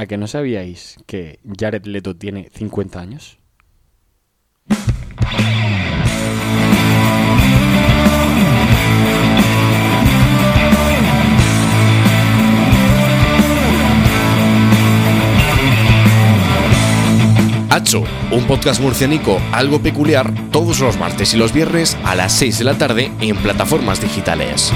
¿A que no sabíais que Jared Leto tiene 50 años? Hacho, un podcast murcianico algo peculiar todos los martes y los viernes a las 6 de la tarde en plataformas digitales.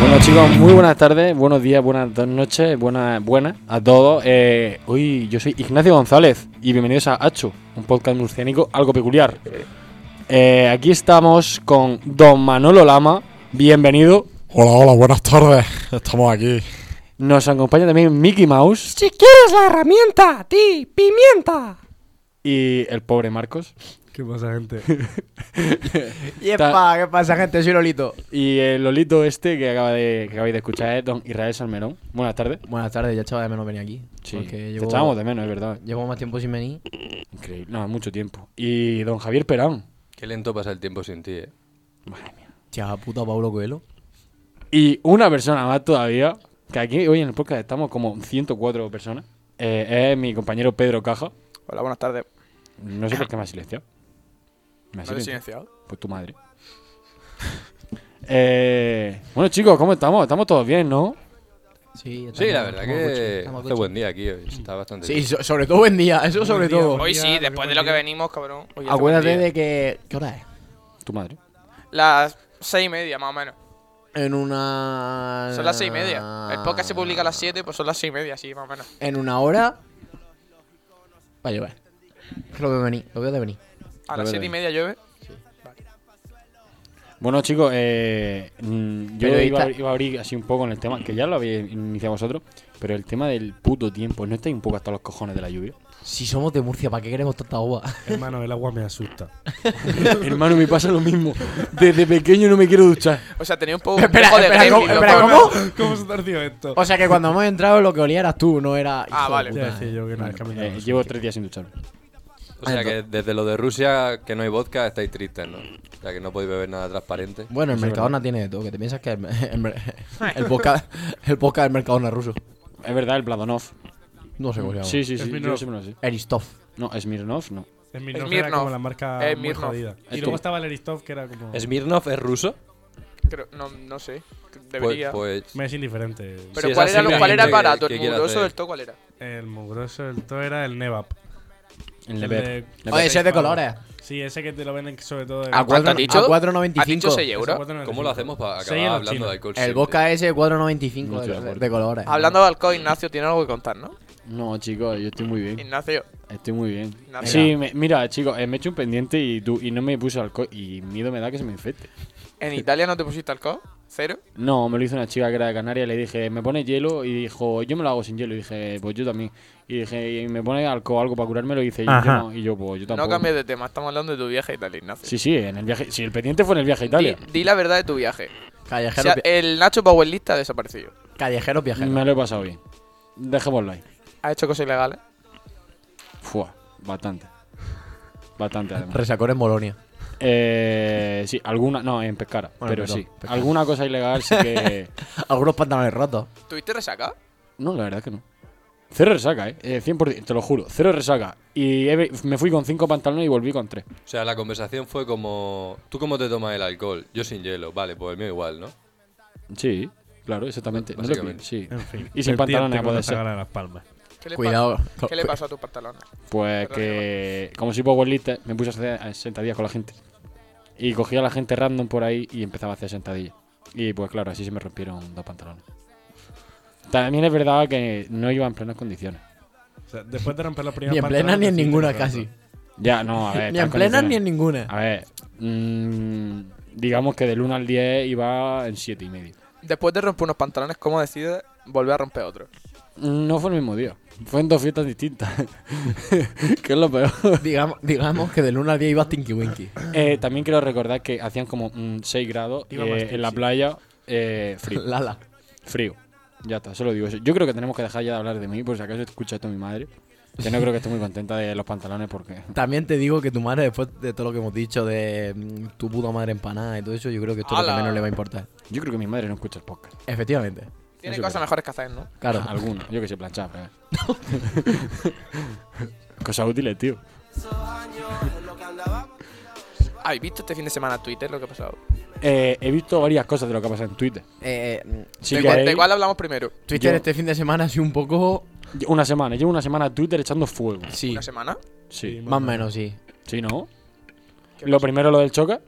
Bueno chicos, muy buenas tardes, buenos días, buenas noches, buenas, buenas a todos. Eh, hoy yo soy Ignacio González y bienvenidos a Hacho, un podcast murciánico algo peculiar. Eh, aquí estamos con Don Manolo Lama, bienvenido. Hola, hola, buenas tardes. Estamos aquí. Nos acompaña también Mickey Mouse Si quieres la herramienta, ti, pimienta. y el pobre Marcos. ¿Qué pasa, gente? Yepa, ¿qué pasa, gente? Soy Lolito. Y el Lolito este que, acaba de, que acabáis de escuchar es Don Israel Salmerón. Buenas tardes. Buenas tardes, ya echaba de menos venir aquí. Sí, Porque te llevo, echábamos de menos, es verdad. llevo más tiempo sin venir. Increíble, no, mucho tiempo. Y Don Javier Perán. Qué lento pasa el tiempo sin ti, eh. Madre mía. Tía puta, Pablo Coelho. Y una persona más todavía, que aquí hoy en el podcast estamos como 104 personas, eh, es mi compañero Pedro Caja. Hola, buenas tardes. No sé por qué me ha silenciado. Me ha ¿No te he silenciado. silenciado? Pues tu madre. Eh, bueno chicos, ¿cómo estamos? Estamos todos bien, ¿no? Sí, Sí, la estamos- verdad estamos coche, que estamos hace coche. buen día aquí hoy. Está bastante Sí, bien. so- sobre todo buen día, eso sobre día, todo. buen Hoy día, sí, también después de buen lo que día. venimos, cabrón. Hoy hace Acuérdate buen día. de que. ¿Qué hora es? Tu madre. Las seis y media, más o menos. En una. Son las seis y Ah. media. El podcast se publica a las siete, pues son las seis y media, sí, más o menos. En una hora. Va a llover. Que lo veo venir, lo veo de venir. A Lo veo las siete y bien. media llueve. Bueno chicos, eh, mm, yo Pero iba a, esta- iba a abrir así un poco en el tema, que ya lo habéis iniciado vosotros, pero el tema del puto tiempo, ¿no estáis un poco hasta los cojones de la lluvia? Si somos de Murcia, ¿para qué queremos tanta agua? Hermano, el agua me asusta. Hermano, me pasa lo mismo. Desde pequeño no me quiero duchar. O sea, tenía un poco. un poco de déficit, loco. ¿Cómo se tardió esto? O sea que cuando hemos entrado lo que olía eras tú, no era. hijo de Ah, vale. puta, Ya decía yo que no, es que a mí no Eh, me llevo asusta. tres días sin ducharme. O sea que desde lo de Rusia, que no hay vodka, estáis tristes, ¿no? O sea que no podéis beber nada transparente. Bueno, el Mercadona tiene de todo, que te piensas que el, el, el podcast, el podcast del Mercadona ruso. Es verdad, el Bladonov. No sé cómo se llama. Sí, sí, sí. Yo Smirnoff. siempre lo sé. Aristov. No, Smirnov, no. Es Mirnov Smirnoff. era como la marca Es muy Smirnoff. jodida. Es Y luego que- estaba el Aristov, que era como... ¿Smirnov es ruso? Creo- no, no sé. Pues, Debería. pues Me es indiferente. Pero Sí, ¿cuál, es era, así, lo- cuál era gente, barato? ¿qué ¿El quiere mugroso hacer? del todo cuál era? El mugroso, el todo era el Nevap. El El Lever. de- Lever. Oye, ese es de colores. Sí, ese que te lo venden sobre todo... A cuánto has dicho? cuatro- a 4.95. ¿Has dicho 6 euros? ¿cómo lo hacemos para acabar Seguimos, hablando chino. de alcohol? El siempre? vodka ese de 4.95 No estoy de de- de, acuerdo. colores. Hablando de alcohol, Ignacio tiene algo que contar, ¿no? No, chicos, yo estoy muy bien. Ignacio. Estoy muy bien. Nada. Sí, me- mira, chicos, eh, me he hecho un pendiente y, tú, y no me puse alcohol. Y miedo me da que se me infecte. ¿En Italia no te pusiste alcohol? ¿Cero? No, me lo hizo una chica que era de Canarias. Le dije, me pone hielo. Y dijo, yo me lo hago sin hielo. Y dije, pues yo también. Y dije, y me pone alcohol, algo para curármelo. Y dice, yo Ajá. no. Y yo, pues yo tampoco. No cambies de tema, estamos hablando de tu viaje a Italia, Ignacio. Sí, sí, en el viaje. Sí, el pendiente fue en el viaje a Italia. Di, di la verdad de tu viaje. O Callejeros, sea, el Nacho Powerlista ha desaparecido. via- callejeros viajeros. Me lo he pasado bien. Dejémoslo ahí. Ha hecho cosas ilegales. Fua, bastante. Bastante, además. Resacor en Bolonia. Eh, sí, alguna, no, en Pescara, Bueno, pero perdón, sí. Pescara. Alguna cosa ilegal sí que... Algunos pantalones rotos. ¿Tuviste resaca? no, la verdad que no. Cero resaca, eh. eh 100%, te lo juro, cero resaca. Y he ve- me fui con cinco pantalones y volví con tres. O sea, la conversación fue como... ¿Tú cómo te tomas el alcohol? Yo sin hielo. Vale, pues el mío igual, ¿no? Sí, claro, exactamente. No te Básicamente. pienses, sí. En fin. Y sin el pantalones, pues, a diente con poder la ser. sagara de las palmas. ¿Qué le Cuidado. pa- ¿Qué le pasó a tus pantalones? Pues Pero que, como si puedo lista, me puse a hacer eh, sentadillas con la gente. Y cogía a la gente random por ahí y empezaba a hacer sentadillas. Y pues claro, así se me rompieron dos pantalones. También es verdad que no iba en plenas condiciones. O sea, después de romper la primera Ni en plena ni en ninguna casi. Ya, no, a ver. Ni tan en plena condiciones. ni en Ah. ninguna. A ver, mm, digamos que del 1 al 10 iba en 7 y medio. Después de romper unos pantalones, ¿cómo decides volver a romper otros? No fue el mismo día. Fue en dos fiestas distintas. que es lo peor. digamos, digamos que del 1 al 10 ibas Tinky Winky. Eh, también quiero recordar que hacían como mm, 6 grados Iba eh, más en la tipsy. playa. eh, frío. Lala. Frío. Ya está, solo digo eso. Yo creo que tenemos que dejar ya de hablar de mí, por si acaso escucha esto mi madre. Que no creo que esté muy contenta de los pantalones porque. También te digo que tu madre, después de todo lo que hemos dicho, de mm, tu puta madre empanada y todo eso, yo creo que esto es lo que ¡Hala! menos le va a importar. Yo creo que mi madre no escucha el podcast. Efectivamente. Tiene Eso es cosas verdad. mejores que hacer, ¿no? Claro. Alguno. Yo que sé, planchar, pero. Cosas útiles, tío. ¿Habéis visto este fin de semana Twitter lo que ha pasado? Eh, he visto varias cosas de lo que pasa en Twitter. Eh, eh, Sí, ¿De, que cuál, hay- de cuál hablamos primero? Twitter Yo- este fin de semana ha sido un poco. Una semana. Llevo una semana Twitter echando fuego. Sí, ¿Una semana? Sí. más o menos, sí. Sí, ¿no? ¿Qué Lo pasó? primero lo del choca.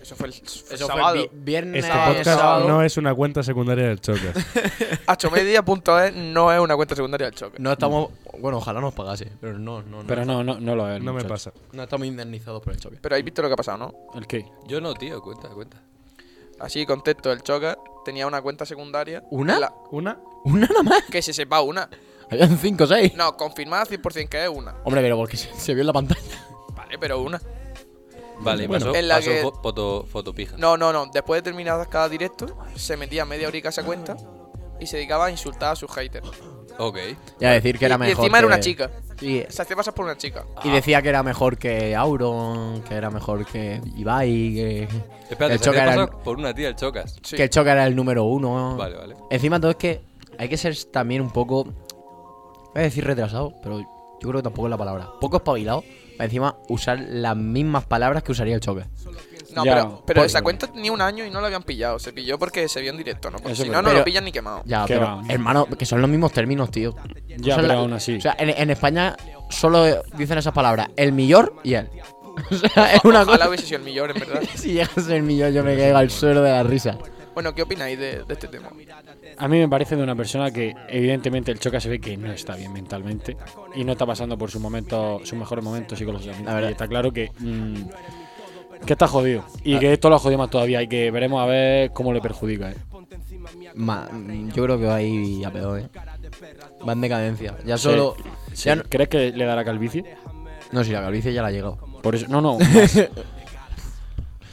Eso fue el, fue el Eso sábado. fue vi- viernes. Este sábado, podcast sábado. no es una cuenta secundaria del choque. Hachomedia.es no es una cuenta secundaria del choque. No estamos. Bueno, ojalá nos pagase, pero no, no, no. Pero no, no, no lo es. No me muchacho. pasa. No estamos indemnizados por el choque. Pero habéis visto lo que ha pasado, ¿no? ¿El qué? Yo no, tío, cuenta, cuenta. Así, contexto, el choque tenía una cuenta secundaria. ¿Una? La- ¿Una? ¿Una nada más? que se sepa una. Habían 5 o 6. No, confirmada 100% que es una. Hombre, pero porque se, se vio en la pantalla. Vale, pero una. Vale, pasó, En la pasó que- fo- foto, fotopija. No, no, no. Después de terminar cada directo, se metía media horica a esa cuenta y se dedicaba a insultar a sus haters. Ok. Ya decir que Y- era y mejor. encima era que- una chica. Sí, Se hacía pasar por una chica. Y decía que era mejor que Auron, que era mejor que Ibai, que, que Espérate, el se te Choca era el, pasa por una tía el chocas. Sí. que el Choca era el número uno. Vale, vale. Encima todo es que hay que ser también un poco, voy a decir retrasado, pero yo creo que tampoco es la palabra. Poco espabilado para encima usar las mismas palabras que usaría el Choca. No, Ya, pero, pero por- esa cuenta tenía un año y no la habían pillado. Se pilló porque se vio en directo, ¿no? Porque Eso si es no, no verdad. lo Pero- pillan ni quemado. Ya, Qué pero va. hermano, que son los mismos términos, tío. Ya, Son pero la- aún así. O sea, en, en España solo dicen esas palabras, el millor y él. O sea, es una Ojalá cosa... hubiese sido el millón, en verdad. Si llegas el millón yo me caigo al suelo de la risa. Bueno, ¿qué opináis de, de este tema? A mí me parece de una persona que evidentemente el choca se ve que no está bien mentalmente y no está pasando por sus momentos, sus mejores momentos psicológicamente. La verdad. Y está claro que mm, que está jodido y que esto lo ha jodido más todavía y que veremos a ver cómo le perjudica. ¿eh? Ma- yo creo que va a ir a peor, ¿eh? Va en decadencia. Ya solo. Sí. ya no, ¿Crees que le dará calvicie? no, si la calvicie ya la ha llegado. Por eso, no, no. Es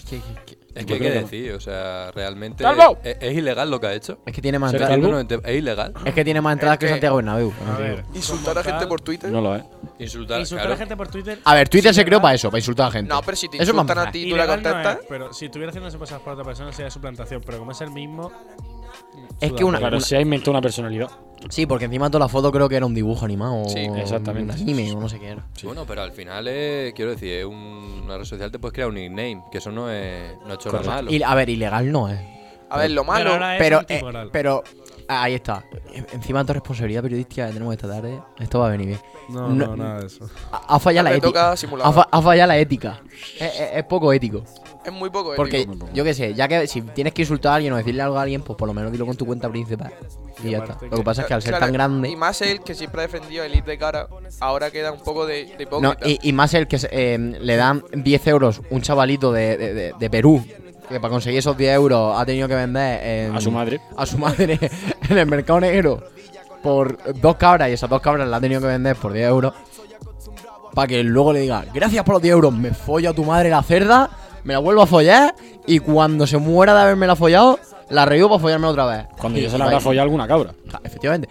que, es que- Es que hay que decir, o sea, realmente. ¡Calvo! ¿es, es ilegal lo que ha hecho? es que tiene más ¿Será entradas. calvo? No, ente- ¿Es ilegal? Es que tiene más entradas Es que que- Santiago Bernabéu. A ver. ¿Insultar a gente por Twitter? no lo es. Insultar. Insultar a claro. la gente por Twitter. A ver, Twitter se creó ¿verdad? para eso, para insultar a gente. No, pero si te Eso es más insultan a maja. ti y tú la Ilegal no contestas. es, pero si estuviera haciendo eso pasar por otra persona sería suplantación, pero como es el mismo. Es que una- Claro, se ha inventado una personalidad. Sí, porque encima toda la foto creo que era un dibujo animado. Sí, o exactamente. Un anime o no sé qué era. Bueno, pero al final, eh, quiero decir, es un- una red social te puedes crear un nickname, que eso no es, no es chorra malo. Y, a ver, ilegal no es. A ver, lo Pero malo. ahora es Pero, eh, anticoral. pero ahí está. En- Encima de tu responsabilidad periodística que tenemos esta tarde, esto va a venir bien. no, no- no, nada de eso. Ha ha fallado la Le toca ética. simular. Ha, fa- ha fallado la ética. Es- es- es poco ético. Es muy poco ¿eh? Porque ético. yo qué sé, ya que si tienes que insultar a alguien o decirle algo a alguien, pues por lo menos dilo con tu cuenta principal. Y ya está. Lo que pasa es que al ser Claro, tan Y grande. más él, que siempre ha defendido el ir de cara, ahora queda un poco de, de No, hipócrita. y, y más el que se- eh, le dan 10 euros un chavalito de, de- de- de Perú, que para conseguir esos 10 euros ha tenido que vender en- A su madre. a su madre en el mercado negro por dos cabras y esas dos cabras las ha tenido que vender por 10 euros. Para que luego le diga, gracias por los 10 euros, me follo a tu madre la cerda, me la vuelvo a follar y cuando se muera de haberme la follado, la revivo para follarme otra vez. Cuando Y- yo se y la va habrá ahí. follado alguna cabra. Ja, Efectivamente.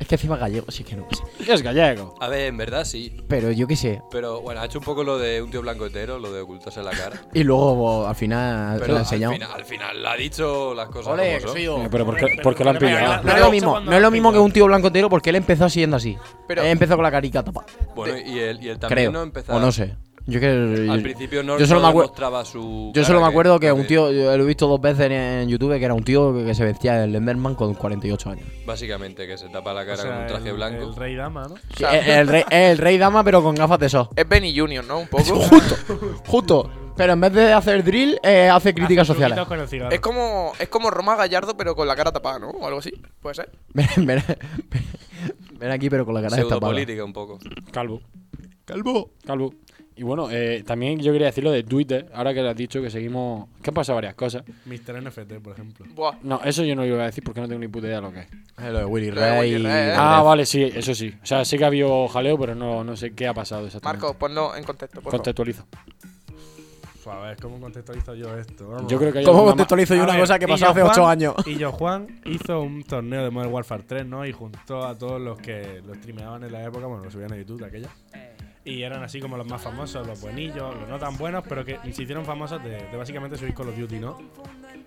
Es que encima es gallego, sí que no. sí. Es gallego. A ver, en verdad sí. Pero yo qué sé. Pero bueno, ha hecho un poco lo de un tío blanco hetero, lo de ocultarse la cara. Y luego bo, al final se Pero lo ha al enseñado. final, al final le ha dicho las cosas Ole, como son. soy yo. Eh, Pero ¿por qué, por qué lo han pillado? No es lo mismo, no es lo mismo que un tío blancotero porque él empezó siendo así. Pero- él empezó con la carica tapada. Bueno, y él, y él también Creo. no empezaba. O no sé. Yo que. Al principio no, yo solo no me acuerdo. demostraba su. Yo cara solo me acuerdo que lo un tío, yo lo he visto dos veces en, en YouTube, que era un tío que, que se vestía el Enderman con 48 años. Básicamente, que se tapa la cara O sea, con un traje el- blanco. El rey dama, ¿no? O sea, el, el rey, el rey dama, pero con gafas de sol. es Benny Junior, ¿no? Un poco. Justo. Pero en vez de hacer drill, eh, hace críticas Hace truquitos sociales. con el cigarro. Es como, es como Roma Gallardo, pero con la cara tapada, ¿no? O algo así. Puede ser. Ven, ven- ven aquí, pero con la cara destapada. Pseudopolítica un poco. Calvo. Calvo. Calvo. Y bueno, eh, también yo quería decir lo de Twitter, ahora que lo has dicho, que seguimos... Que han pasado varias cosas. Mr. NFT, por ejemplo. Buah. No, eso yo no lo iba a decir porque no tengo ni puta idea de lo que es. Eh, Lo de Willy Lo de Rey. Willy Rey, ¿eh? Ah, vale, sí, eso sí. O sea, sí que ha habido jaleo, pero no, no sé qué ha pasado exactamente. Marco, ponlo en contexto. Por favor. Contextualizo. Pues a ver, ¿cómo contextualizo yo esto? Vamos. Yo creo que hay ¿Cómo alguna ma- contextualizo yo A una ver, cosa que pasó Illo hace Juan- 8 años? Illo Juan hizo un torneo de Modern Warfare 3, ¿no? Y juntó a todos los que lo streameaban en la época, bueno, lo subían a YouTube de aquella. Y eran así como los más famosos, los buenillos, los no tan buenos, pero que se hicieron famosos de, de básicamente subir Call of Duty, ¿no?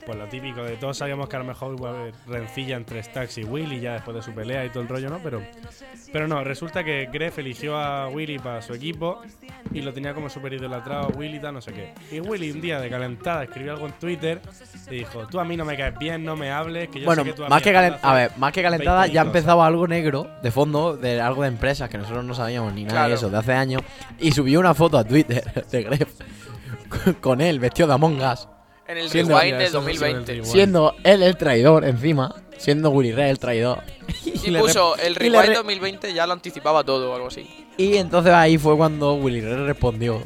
Pues lo típico de todos sabíamos que a lo mejor iba a haber rencilla entre Stax y Willy ya después de su pelea y todo el rollo, ¿no? Pero, pero no, resulta que Gref eligió a Willy para su equipo y lo tenía como súper idolatrado, Willy tal, no sé qué. Y Willy un día de calentada escribió algo en Twitter y dijo, tú a mí no me caes bien, no me hables, que yo Bueno, sé que tú a más mí que, estás calen- a ver, más que calentada, 20.000 ya cosas". empezaba algo negro de fondo, de algo de empresas que nosotros no sabíamos ni nada de Claro. eso, de hace años. Y subió una foto a Twitter de Gref con- con él vestido de Among Us, En el Siendo- rewind del Eso no se ve en el 2020. rewind. siendo él el traidor encima, siendo Willy Ray el traidor. Y le puso el y le rewind re- 2020 ya lo anticipaba todo o algo así. Y entonces ahí fue cuando Willy Ray respondió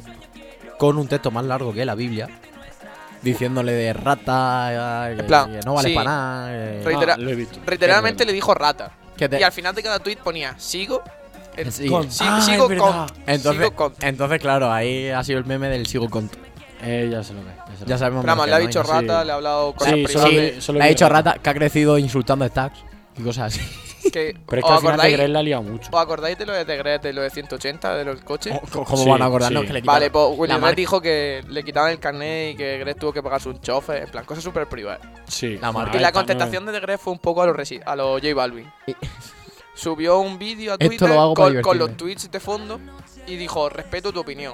con un texto más largo que la Biblia, diciéndole de rata, que, En plan, que no vale sí. para nada. que- Ah, Reitera- lo he visto. Literalmente bueno. le dijo rata. que te- Y al final de cada tweet ponía, sigo. el- Sí. con- si- Ah, es sigo verdad. con. Entonces, sigo con. entonces, claro, ahí ha sido el meme del sigo con. Eh, ya se lo que es, ya se lo Ya que sabemos. Pero vamos, más que le ha no, dicho y no sé. rata, sí. le ha hablado con Sí, la solo prisión, que- solo Le ha que- dicho Rata que ha crecido insultando a Stacks y cosas así. que- Pero es ¿os, que al final de acordáis, Grey la ha liado mucho. os acordáis de lo de Tegret, de lo de 180, de lo del coche? ¿Cómo Sí, van a acordarnos sí. que le quitaron? Vale, pues William marca. dijo que le quitaban el carnet y que Greg tuvo que pagarse un chofer, en plan, cosas súper privadas. Sí. La marca. Y Ahí la está, contestación de Greg fue un poco a los resi- a los J Balvin. Y- Subió un vídeo a Esto Twitter lo hago para con, con los divertirme. tweets de fondo y dijo, respeto tu opinión.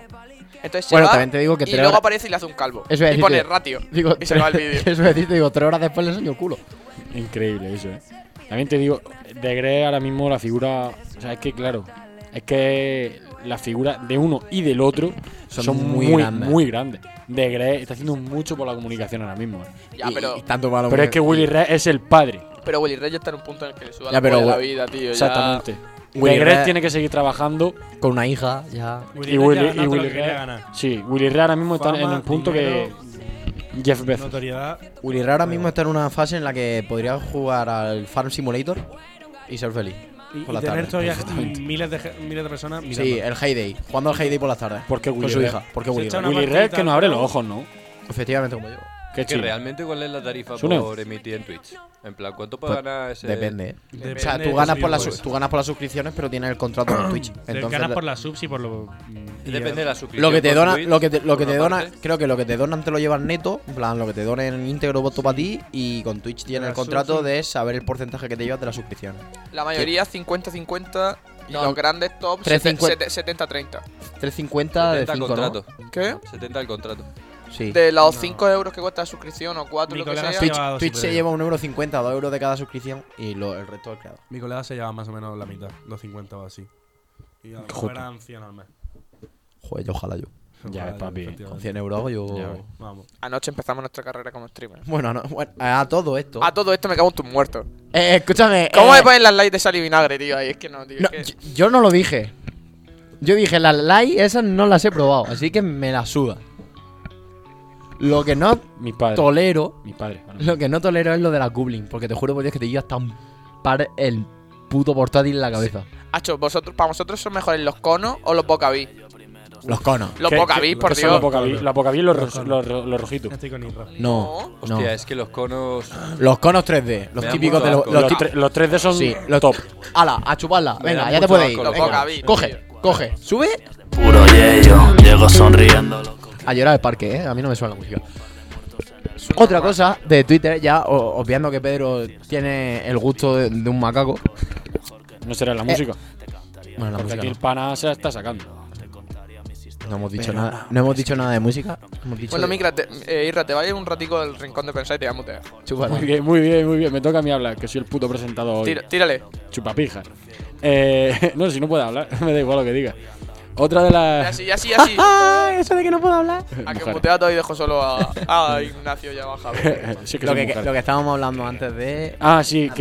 Entonces se Bueno, va también te digo que y tres luego horas- aparece y le hace un calvo. Eso es y pone decir- ratio. Digo, y se va el vídeo. Eso es decir, te digo, tres horas después le enseño el culo. no- Increíble eso, eh. También te digo, de Grey ahora mismo la figura. O sea, es que claro. Es que las figuras de uno y del otro son, Son muy, muy muy grandes. grandes. De Grey está haciendo mucho por la comunicación ahora mismo. eh. Ya, Y- pero, y tanto malo Pero es que Willy Ray es el padre. pero Willy Reyes está en un punto en el que le suda Ya, la, pero polla la Wi- vida, tío. ya- Exactamente. Ah, Willy De Grey Ray- tiene que seguir trabajando. Con una hija, ya. Willy Rex ya Willy- ganó todo lo Willy que quería Rex- ganar. Sí, Willy Ray ahora mismo está en Fama, un punto dinero, que. Jeff Bezos. Notoriedad. Willy Ray ahora mismo está en una fase en la que podría jugar al Farm Simulator y ser feliz. Y, y Por la tener tarde, todavía perfectamente. miles de, ge- miles de personas mirando. Sí, eh, el Heyday. Jugando al Heyday por las tardes. Porque Con Willy su Ray- hija. Porque Se Willy echa Ray. una Willy partidita Ray que no abre al los cabo. efectivamente. ojos, ¿no? Efectivamente, como yo. Qué Que chido. realmente, ¿cuál es la tarifa Sune. por emitir en Twitch? En plan, ¿cuánto puede Pues, ganar ese.? Depende. ¿eh? Depende O sea, de tú ganas, los por las, videojuegos. tú ganas por las suscripciones, pero tienes el contrato con Twitch. Entonces, ganas por las subs y por lo. mm, y- Depende de la suscripción. lo que te por dona, Twitch, lo que te, lo por que te una dona, parte. creo que lo que te donan te lo llevan neto, en plan lo que te donen íntegro voto para ti y con Twitch tiene el Las contrato subs- de saber el porcentaje que te llevas de las suscripciones. La mayoría 50-50 y No. los grandes top 3,50. 70-30. 350 de 70 5, contrato. ¿Qué? 70 el contrato. Sí. De los No. 5 euros que cuesta la suscripción o 4, lo que Nicolás sea. Twitch. Twitch, llevado Twitch se superhéroe. lleva 1,50€, 2 euros de cada suscripción y lo- el resto del creador. Mi colega se llevaba más o menos la mitad, 250 o así. Y a lo mejor Joder. eran 100 al mes. Joder, yo ojalá yo. Ya ves, papi. Con efectivamente. 100 euros hago Ya yo. ves. Vamos. Anoche empezamos nuestra carrera como streamer. Bueno, no- bueno, a todo esto. A todo esto me cago en tus muertos. Eh, escúchame. ¿Cómo eh, me ponen las likes de sal y vinagre, tío? Ahí es que no, tío. es No, que- yo, yo no lo dije. Yo dije, las light esas no las he probado, así que me las suda. Lo que no Mi padre. tolero, Mi padre. bueno. lo que no tolero es lo de la Goblin, porque te juro por Dios que te llega hasta un par el puto portátil en la cabeza. Hacho, vosotros, ¿para vosotros son mejores los conos o los bocaví? Los conos. Los ¿Qué- bocaví, qué- por qué son los Dios. bocaví? La bocaví y los, ros- Los los, ro- los rojitos. Estoy con Irra. No, Hostia, no. es que los conos. Los conos 3D, los Me da típicos mucho de los, asco. los Los, tip- tre- los tres de son Sí, los top. Ala, a chuparla. Me da Venga, ya te mucho puedes ir. asco los venga. bocaví, tío. coge, coge. Sube Puro yeyo, llego sonriendo. a llorar al parque, ¿eh? A mí no me suena la música. Otra cosa de Twitter, ya o- obviando que Pedro tiene el gusto de, de un macaco. No será la música. Bueno, Eh, la porque música aquí el pana se la está sacando. no. no hemos dicho nada. No hemos dicho nada de música. Hemos dicho Bueno, de- Micra, te, eh, Irra, te vayas un ratico del rincón de pensar y te voy a mutear. chúpala. Muy bien, muy bien, muy bien. Me toca a mí hablar, que soy el puto presentador hoy. Tira- tírale. Chupapija. Eh, no, si no puedo hablar, me da igual lo que diga. Otra de Y las. así, y así, y así. Ah, eso de que no puedo hablar. A que Mujeres. mutea todo y dejo solo a, a Ignacio ya bajado. Eh, Sí, que Lo son que, mujeres. lo que estábamos hablando antes de. Ah, sí, que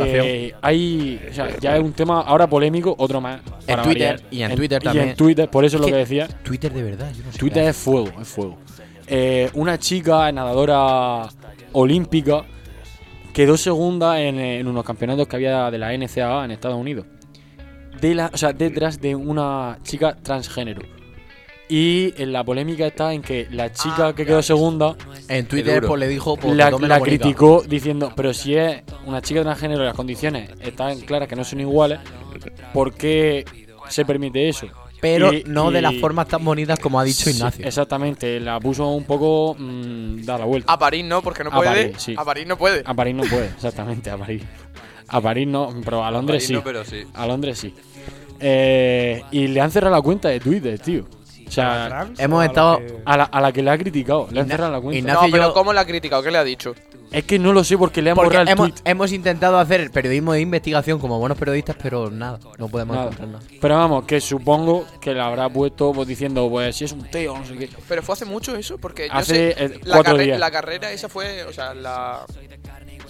Natación. hay. O sea, ya es un tema ahora polémico, otro más. para variar. Twitter, y en Twitter Y en también. Twitter, por eso es lo Es que que- decía. Twitter de verdad, yo no sé. Twitter es fuego, es fuego. Eh, una chica nadadora olímpica quedó segunda en, eh, en unos campeonatos que había de la NCAA en Estados Unidos. De la, o sea, detrás de una chica transgénero. Y eh, la polémica está en que la chica que quedó segunda En Twitter duro. pues, le dijo pues, la, que tome la bonita. criticó diciendo, pero si es una chica transgénero y las condiciones están claras que no son iguales, ¿por qué se permite eso? Pero Y- no de y- las formas tan bonitas como ha dicho Sí, Ignacio. Exactamente, el abuso un poco mm, da la vuelta. Ah. A París no, porque no A puede. París, sí. A París no puede. A París no puede, exactamente, a París. A París no, pero a Londres Ahí sí. no, pero sí. A Londres sí. Eh, y le han cerrado la cuenta de Twitter, tío. O ¿A sea, trans Ah, hemos o a los estado- que- a la, a la que le ha criticado, le han Igna- cerrado la cuenta. Ignacio No, y pero yo- ¿cómo la ha criticado? ¿Qué le ha dicho? Es que no lo sé porque le han Porque borrado el hemos, tweet. hemos intentado hacer periodismo de investigación como buenos periodistas, pero nada, no podemos Nada. encontrar nada. Pero vamos, que supongo que le habrá puesto pues, diciendo, pues si es un teo, no sé qué. Pero fue hace mucho eso, porque yo Hace, sé- eh, la, cuatro días. la carrera esa fue, o sea, la,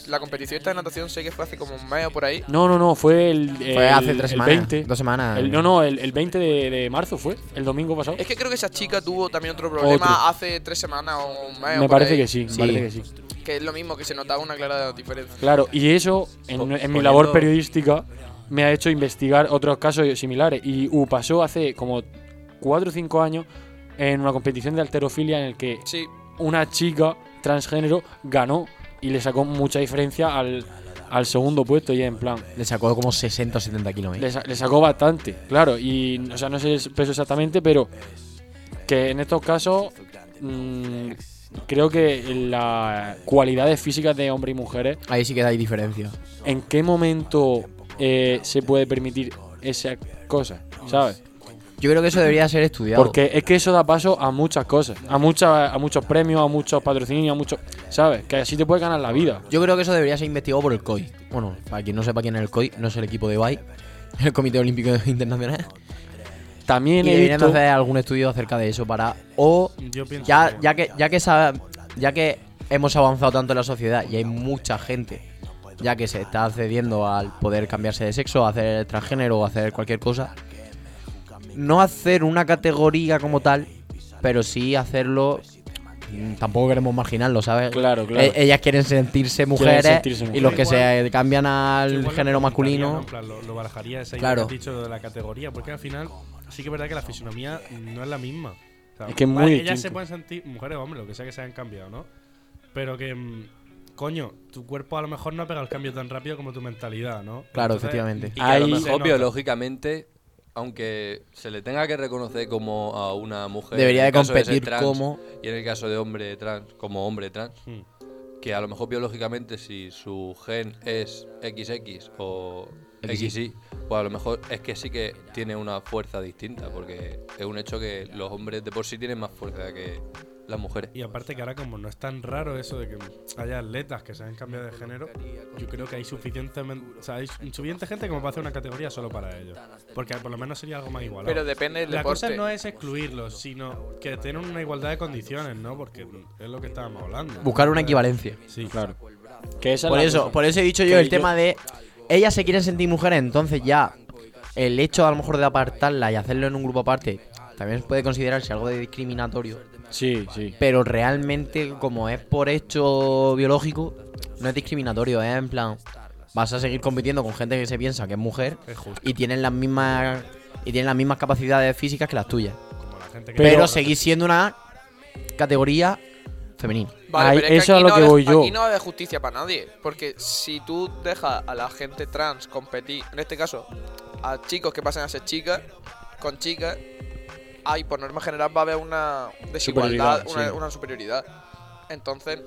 la competición esta de natación sé que fue hace como un mes o por ahí. No, no, no, fue el. el- Fue hace tres el semanas. 20. Dos semanas. El- no, no, el, el 20 de, de marzo fue, el domingo pasado. Es que creo que esa chica tuvo también otro problema Otro. hace tres semanas o un mes. Me o por parece ahí, que sí, me Sí. parece que sí. Que es lo mismo, que se notaba una clara diferencia. Claro, y eso, en, Po- en mi poniendo- labor periodística, me ha hecho investigar otros casos similares. Y uh, pasó hace como 4 o 5 años en una competición de alterofilia en el que Sí, una chica transgénero ganó y le sacó mucha diferencia al, al segundo puesto. Y en plan, Le sacó como 60 o 70 kilos. ¿eh? le, sa- le sacó bastante, claro. Y, o sea, no sé el peso exactamente, pero que en estos casos mm, creo que las cualidades físicas de hombres y mujeres Ahí sí que hay diferencia. ¿en qué momento eh, se puede permitir esa cosa? ¿Sabes? Yo creo que eso debería ser estudiado. Porque es que eso da paso a muchas cosas, a muchas, a muchos premios, a muchos patrocinios, a muchos, ¿sabes? Que así te puedes ganar la vida. Yo creo que eso debería ser investigado por el COI. Bueno, para quien no sepa quién es el COI, no es el equipo de Ibai, el Comité Olímpico Internacional. Y También he deberían visto, hacer algún estudio acerca de eso para. O Yo pienso ya, que- ya que ya que esa- ya que hemos avanzado tanto en la sociedad y hay mucha gente ya que se está accediendo al poder cambiarse de sexo, hacer transgénero o hacer cualquier cosa, no hacer una categoría como tal, pero sí hacerlo. mm, Tampoco queremos marginarlo, ¿sabes? Claro, claro. E- ellas quieren sentirse mujeres sentirse y mujeres. los que Igual- se cambian Yo al igual lo género comentaría, ¿no? masculino. En plan, lo, lo barajaría esa Claro. idea que has dicho de la categoría, porque al final sí que es verdad que la fisonomía no es la misma. O sea, Es que es muy vale, Ellas distinto. se pueden sentir, mujeres o hombres, lo que sea que se hayan cambiado, ¿no? Pero que, mm, coño, tu cuerpo a lo mejor no ha pegado el cambio tan rápido como tu mentalidad, ¿no? Claro, efectivamente. y que a Ahí- lo mejor Se Mejor nota. biológicamente, aunque se le tenga que reconocer como a una mujer. Debería en de el caso ser competir trans, como- Y en el caso de hombre trans, como hombre trans. Hmm. Mm. Que a lo mejor biológicamente, si su gen es XX o XY, pues a lo mejor es que sí que tiene una fuerza distinta. Porque es un hecho que los hombres de por sí tienen más fuerza que las mujeres. Y aparte que ahora como no es tan raro eso de que haya atletas que se han cambiado de género, yo creo que hay suficientemente, o sea, hay suficiente gente como para hacer una categoría solo para ellos. Porque por lo menos sería algo más igualado. pero depende del La deporte. cosa no es excluirlos, sino que tengan una igualdad de condiciones, ¿no? Porque es lo que estábamos hablando. Buscar una equivalencia. Sí, claro, que esa es eh, Por la eso, cosa. por eso he dicho yo Que el yo- tema de ellas se quieren sentir mujeres, entonces ya el hecho a lo mejor de apartarla y hacerlo en un grupo aparte también puede considerarse algo de discriminatorio, Sí, sí. pero realmente como es por hecho biológico no es discriminatorio, es en plan vas a seguir compitiendo con gente que se piensa que es mujer es justo. y tienen las mismas y tienen las mismas capacidades físicas que las tuyas, Como la gente que pero, Ahora, seguís siendo una categoría femenina. Ahí- pero es eso es aquí lo no que va a- voy yo. Aquí no va a haber justicia para nadie. Porque si tú dejas a la gente trans competir, en este caso, a chicos que pasan a ser chicas, con chicas, hay por norma general va a haber una desigualdad, Superioridad, una, sí. una superioridad. Entonces,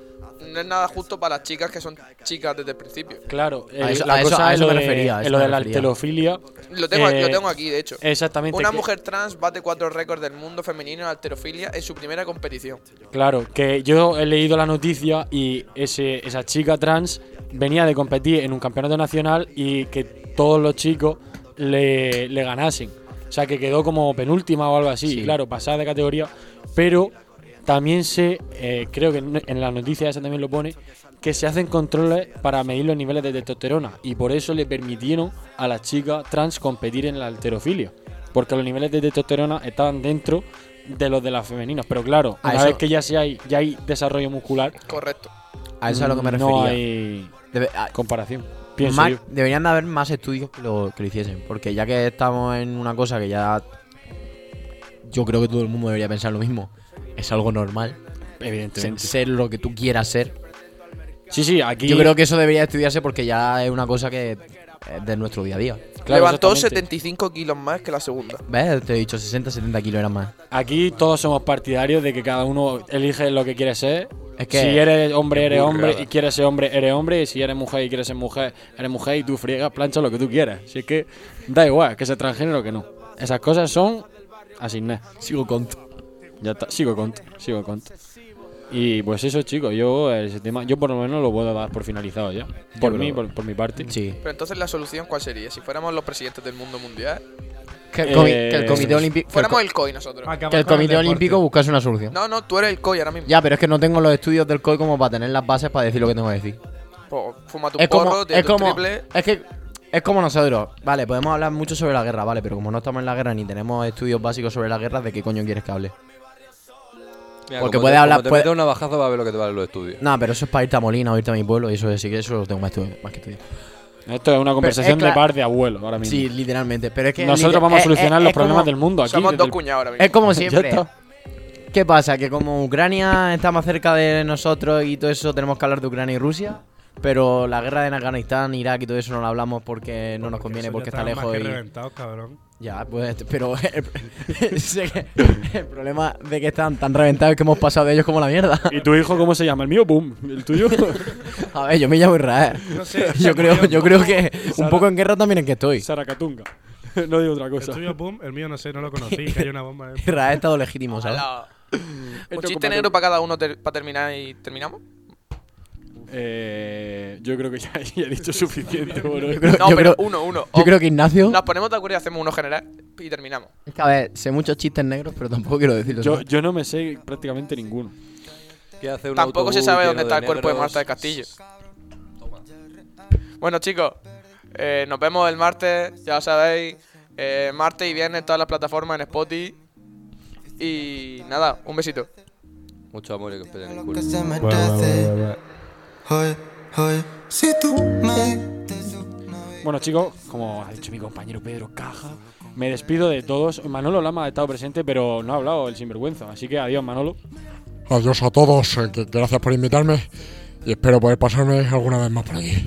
no es nada justo para las chicas que son chicas desde el principio. Claro, eh, A eso- la a eso- cosa a es eso lo me de, refería, a es eso lo me de la refería. alterofilia. Lo tengo, Eh, lo tengo aquí, de hecho. Exactamente. Una que- mujer trans bate cuatro récords del mundo femenino en alterofilia en su primera competición. Claro, que yo he leído la noticia y ese, esa chica trans venía de competir en un campeonato nacional y que todos los chicos le, le ganasen. O sea, que quedó como penúltima o algo así, y claro, pasada de categoría. Pero también se, eh, creo que en, en la noticia esa también lo pone, que se hacen controles para medir los niveles de testosterona y por eso le permitieron a las chicas trans competir en la alterofilia. Porque los niveles de testosterona estaban dentro de los de las femeninas. Pero claro, A una eso- vez que ya, sí hay, ya hay desarrollo muscular, Correcto. A eso es a lo que me refería. ah, no hay Debe- a- comparación. Pienso Más- yo. deberían de haber más estudios que lo, que lo hiciesen, porque ya que estamos en una cosa que ya yo creo que todo el mundo debería pensar lo mismo. Es algo normal. Ser, Evidentemente. ser lo que tú quieras ser. Sí, sí, aquí. Yo creo que eso debería estudiarse porque ya es una cosa que es de nuestro día a día. claro, Levantó exactamente. 75 kilos más que la segunda. ¿Ves? Te he dicho 60, 70 kilos eran más. Aquí todos somos partidarios de que cada uno elige lo que quiere ser. Es que- si eres hombre, eres burrada. hombre, y quieres ser hombre, eres hombre, y si eres mujer y quieres ser mujer, eres mujer, y tú friegas, plancha lo que tú quieras. Si es que da igual, que sea transgénero o que no. Esas cosas son así, nah. Sigo con. Ya está, sigo con, sigo con. Y pues eso, chicos, yo eh, ese tema, yo por lo menos lo puedo dar por finalizado ya. Por creo- mí, por, por mi parte. Sí. Pero entonces la solución, ¿cuál sería? Si fuéramos los presidentes del mundo mundial, Que el, Eh, comi- que el Comité sí. Olímpico. Que el, co- fuéramos el COI nosotros. Acabar que el con el Comité deporte. Olímpico buscase una solución. No, no, tú eres el COI ahora mismo. Ya, pero es que no tengo los estudios del COI como para tener las bases para decir lo que tengo que decir. Pues, fuma tu es porro, como, tira es tu como, triple. es que es como nosotros. Vale, podemos hablar mucho sobre la guerra, vale, pero como no estamos en la guerra ni tenemos estudios básicos sobre la guerra, ¿de qué coño quieres que hable? Mira, Porque como puede te- hablar- como Te puede- metes una bajaza para ver lo que te valen los estudios. Nah, pero eso es para irte a Molina o irte a mi pueblo, y eso es- sí que eso lo tengo más, estudio- más que estudiar. Esto es una conversación cla- de par de abuelos ahora mismo. Sí, literalmente, pero es que Nosotros liter- vamos a es- solucionar es- los es como- problemas del mundo aquí. Somos desde dos el- cuñados ahora mismo. Es como Ya siempre. está. ¿Qué pasa? Que como Ucrania está más cerca de nosotros y todo eso tenemos que hablar de Ucrania y Rusia, pero la guerra en Afganistán, Irak y todo eso no la hablamos porque no nos conviene, Eso ya porque está estaban más lejos que y... reventados, cabrón. Ya, pues, pero el, sé que el problema de que están tan reventados es que hemos pasado de ellos como la mierda. ¿Y tu hijo cómo se llama? El mío, pum. El tuyo. A ver, yo me llamo Israel. No sé, Yo se creo, murió. yo creo que un Sara- poco en guerra también es que estoy. Saracatunga. No digo otra El cosa. tuyo, boom, el mío no sé, no lo conocí, que hay una bomba en el- Israel ha estado legítimo, ¿sabes? Ala. Un chiste negro para cada uno ter- para terminar y terminamos. Eh, yo creo que ya, ya he dicho suficiente. bueno. Pero No, yo pero creo- uno, uno. Yo O creo que Ignacio. Nos ponemos de acuerdo y hacemos uno general y terminamos. Es que, a ver, sé muchos chistes negros, pero tampoco quiero decirlo. Yo, ¿sabes? yo no me sé prácticamente ninguno. ¿Qué hace un Tampoco se autobús sabe lleno dónde está el cuerpo de negros? Marta del Castillo. Bueno, chicos, eh, nos vemos el martes, ya sabéis. eh, martes y viernes en todas las plataformas en Spotify. Y nada, un besito. Mucho amor y que os peten el culo. que se Bueno, bueno, merece. bueno, bueno. Hoy, hoy, si tú me dices una vez. Bueno, chicos, como ha dicho mi compañero Pedro Caja, me despido de todos. Manolo Lama ha estado presente, pero no ha hablado el sinvergüenza. Así que adiós, Manolo. Adiós a todos, eh, que- gracias por invitarme y espero poder pasarme alguna vez más por aquí.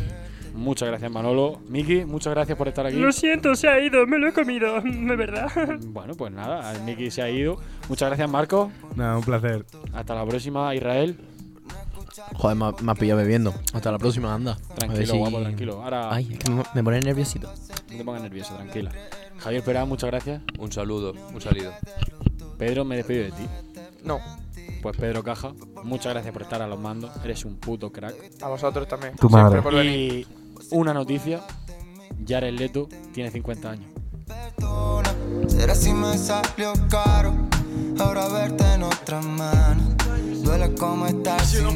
Muchas gracias, Manolo. Miki, muchas gracias por estar aquí. Lo siento, se ha ido, me lo he comido, de verdad. Bueno, pues nada, Miki se ha ido. Muchas gracias, Marco. Nada, un placer. Hasta la próxima, Israel. Joder, me, ha- me has pillado bebiendo. Hasta la próxima, anda. A ver Tranquilo, si- guapo, tranquilo. Ahora Ay, es que me, me pone nerviosito. no te pongas nervioso, tranquila. Javier Perá, muchas gracias. Un saludo, un salido. Pedro, me despido de ti. No, Pues Pedro Caja, muchas gracias por estar a los mandos. Eres un puto crack. a vosotros también. Tu Siempre madre. por Y venir. una noticia: Jared Leto tiene 50 años. Será si me salió caro. Ahora verte en otras manos. Duele como estás. sin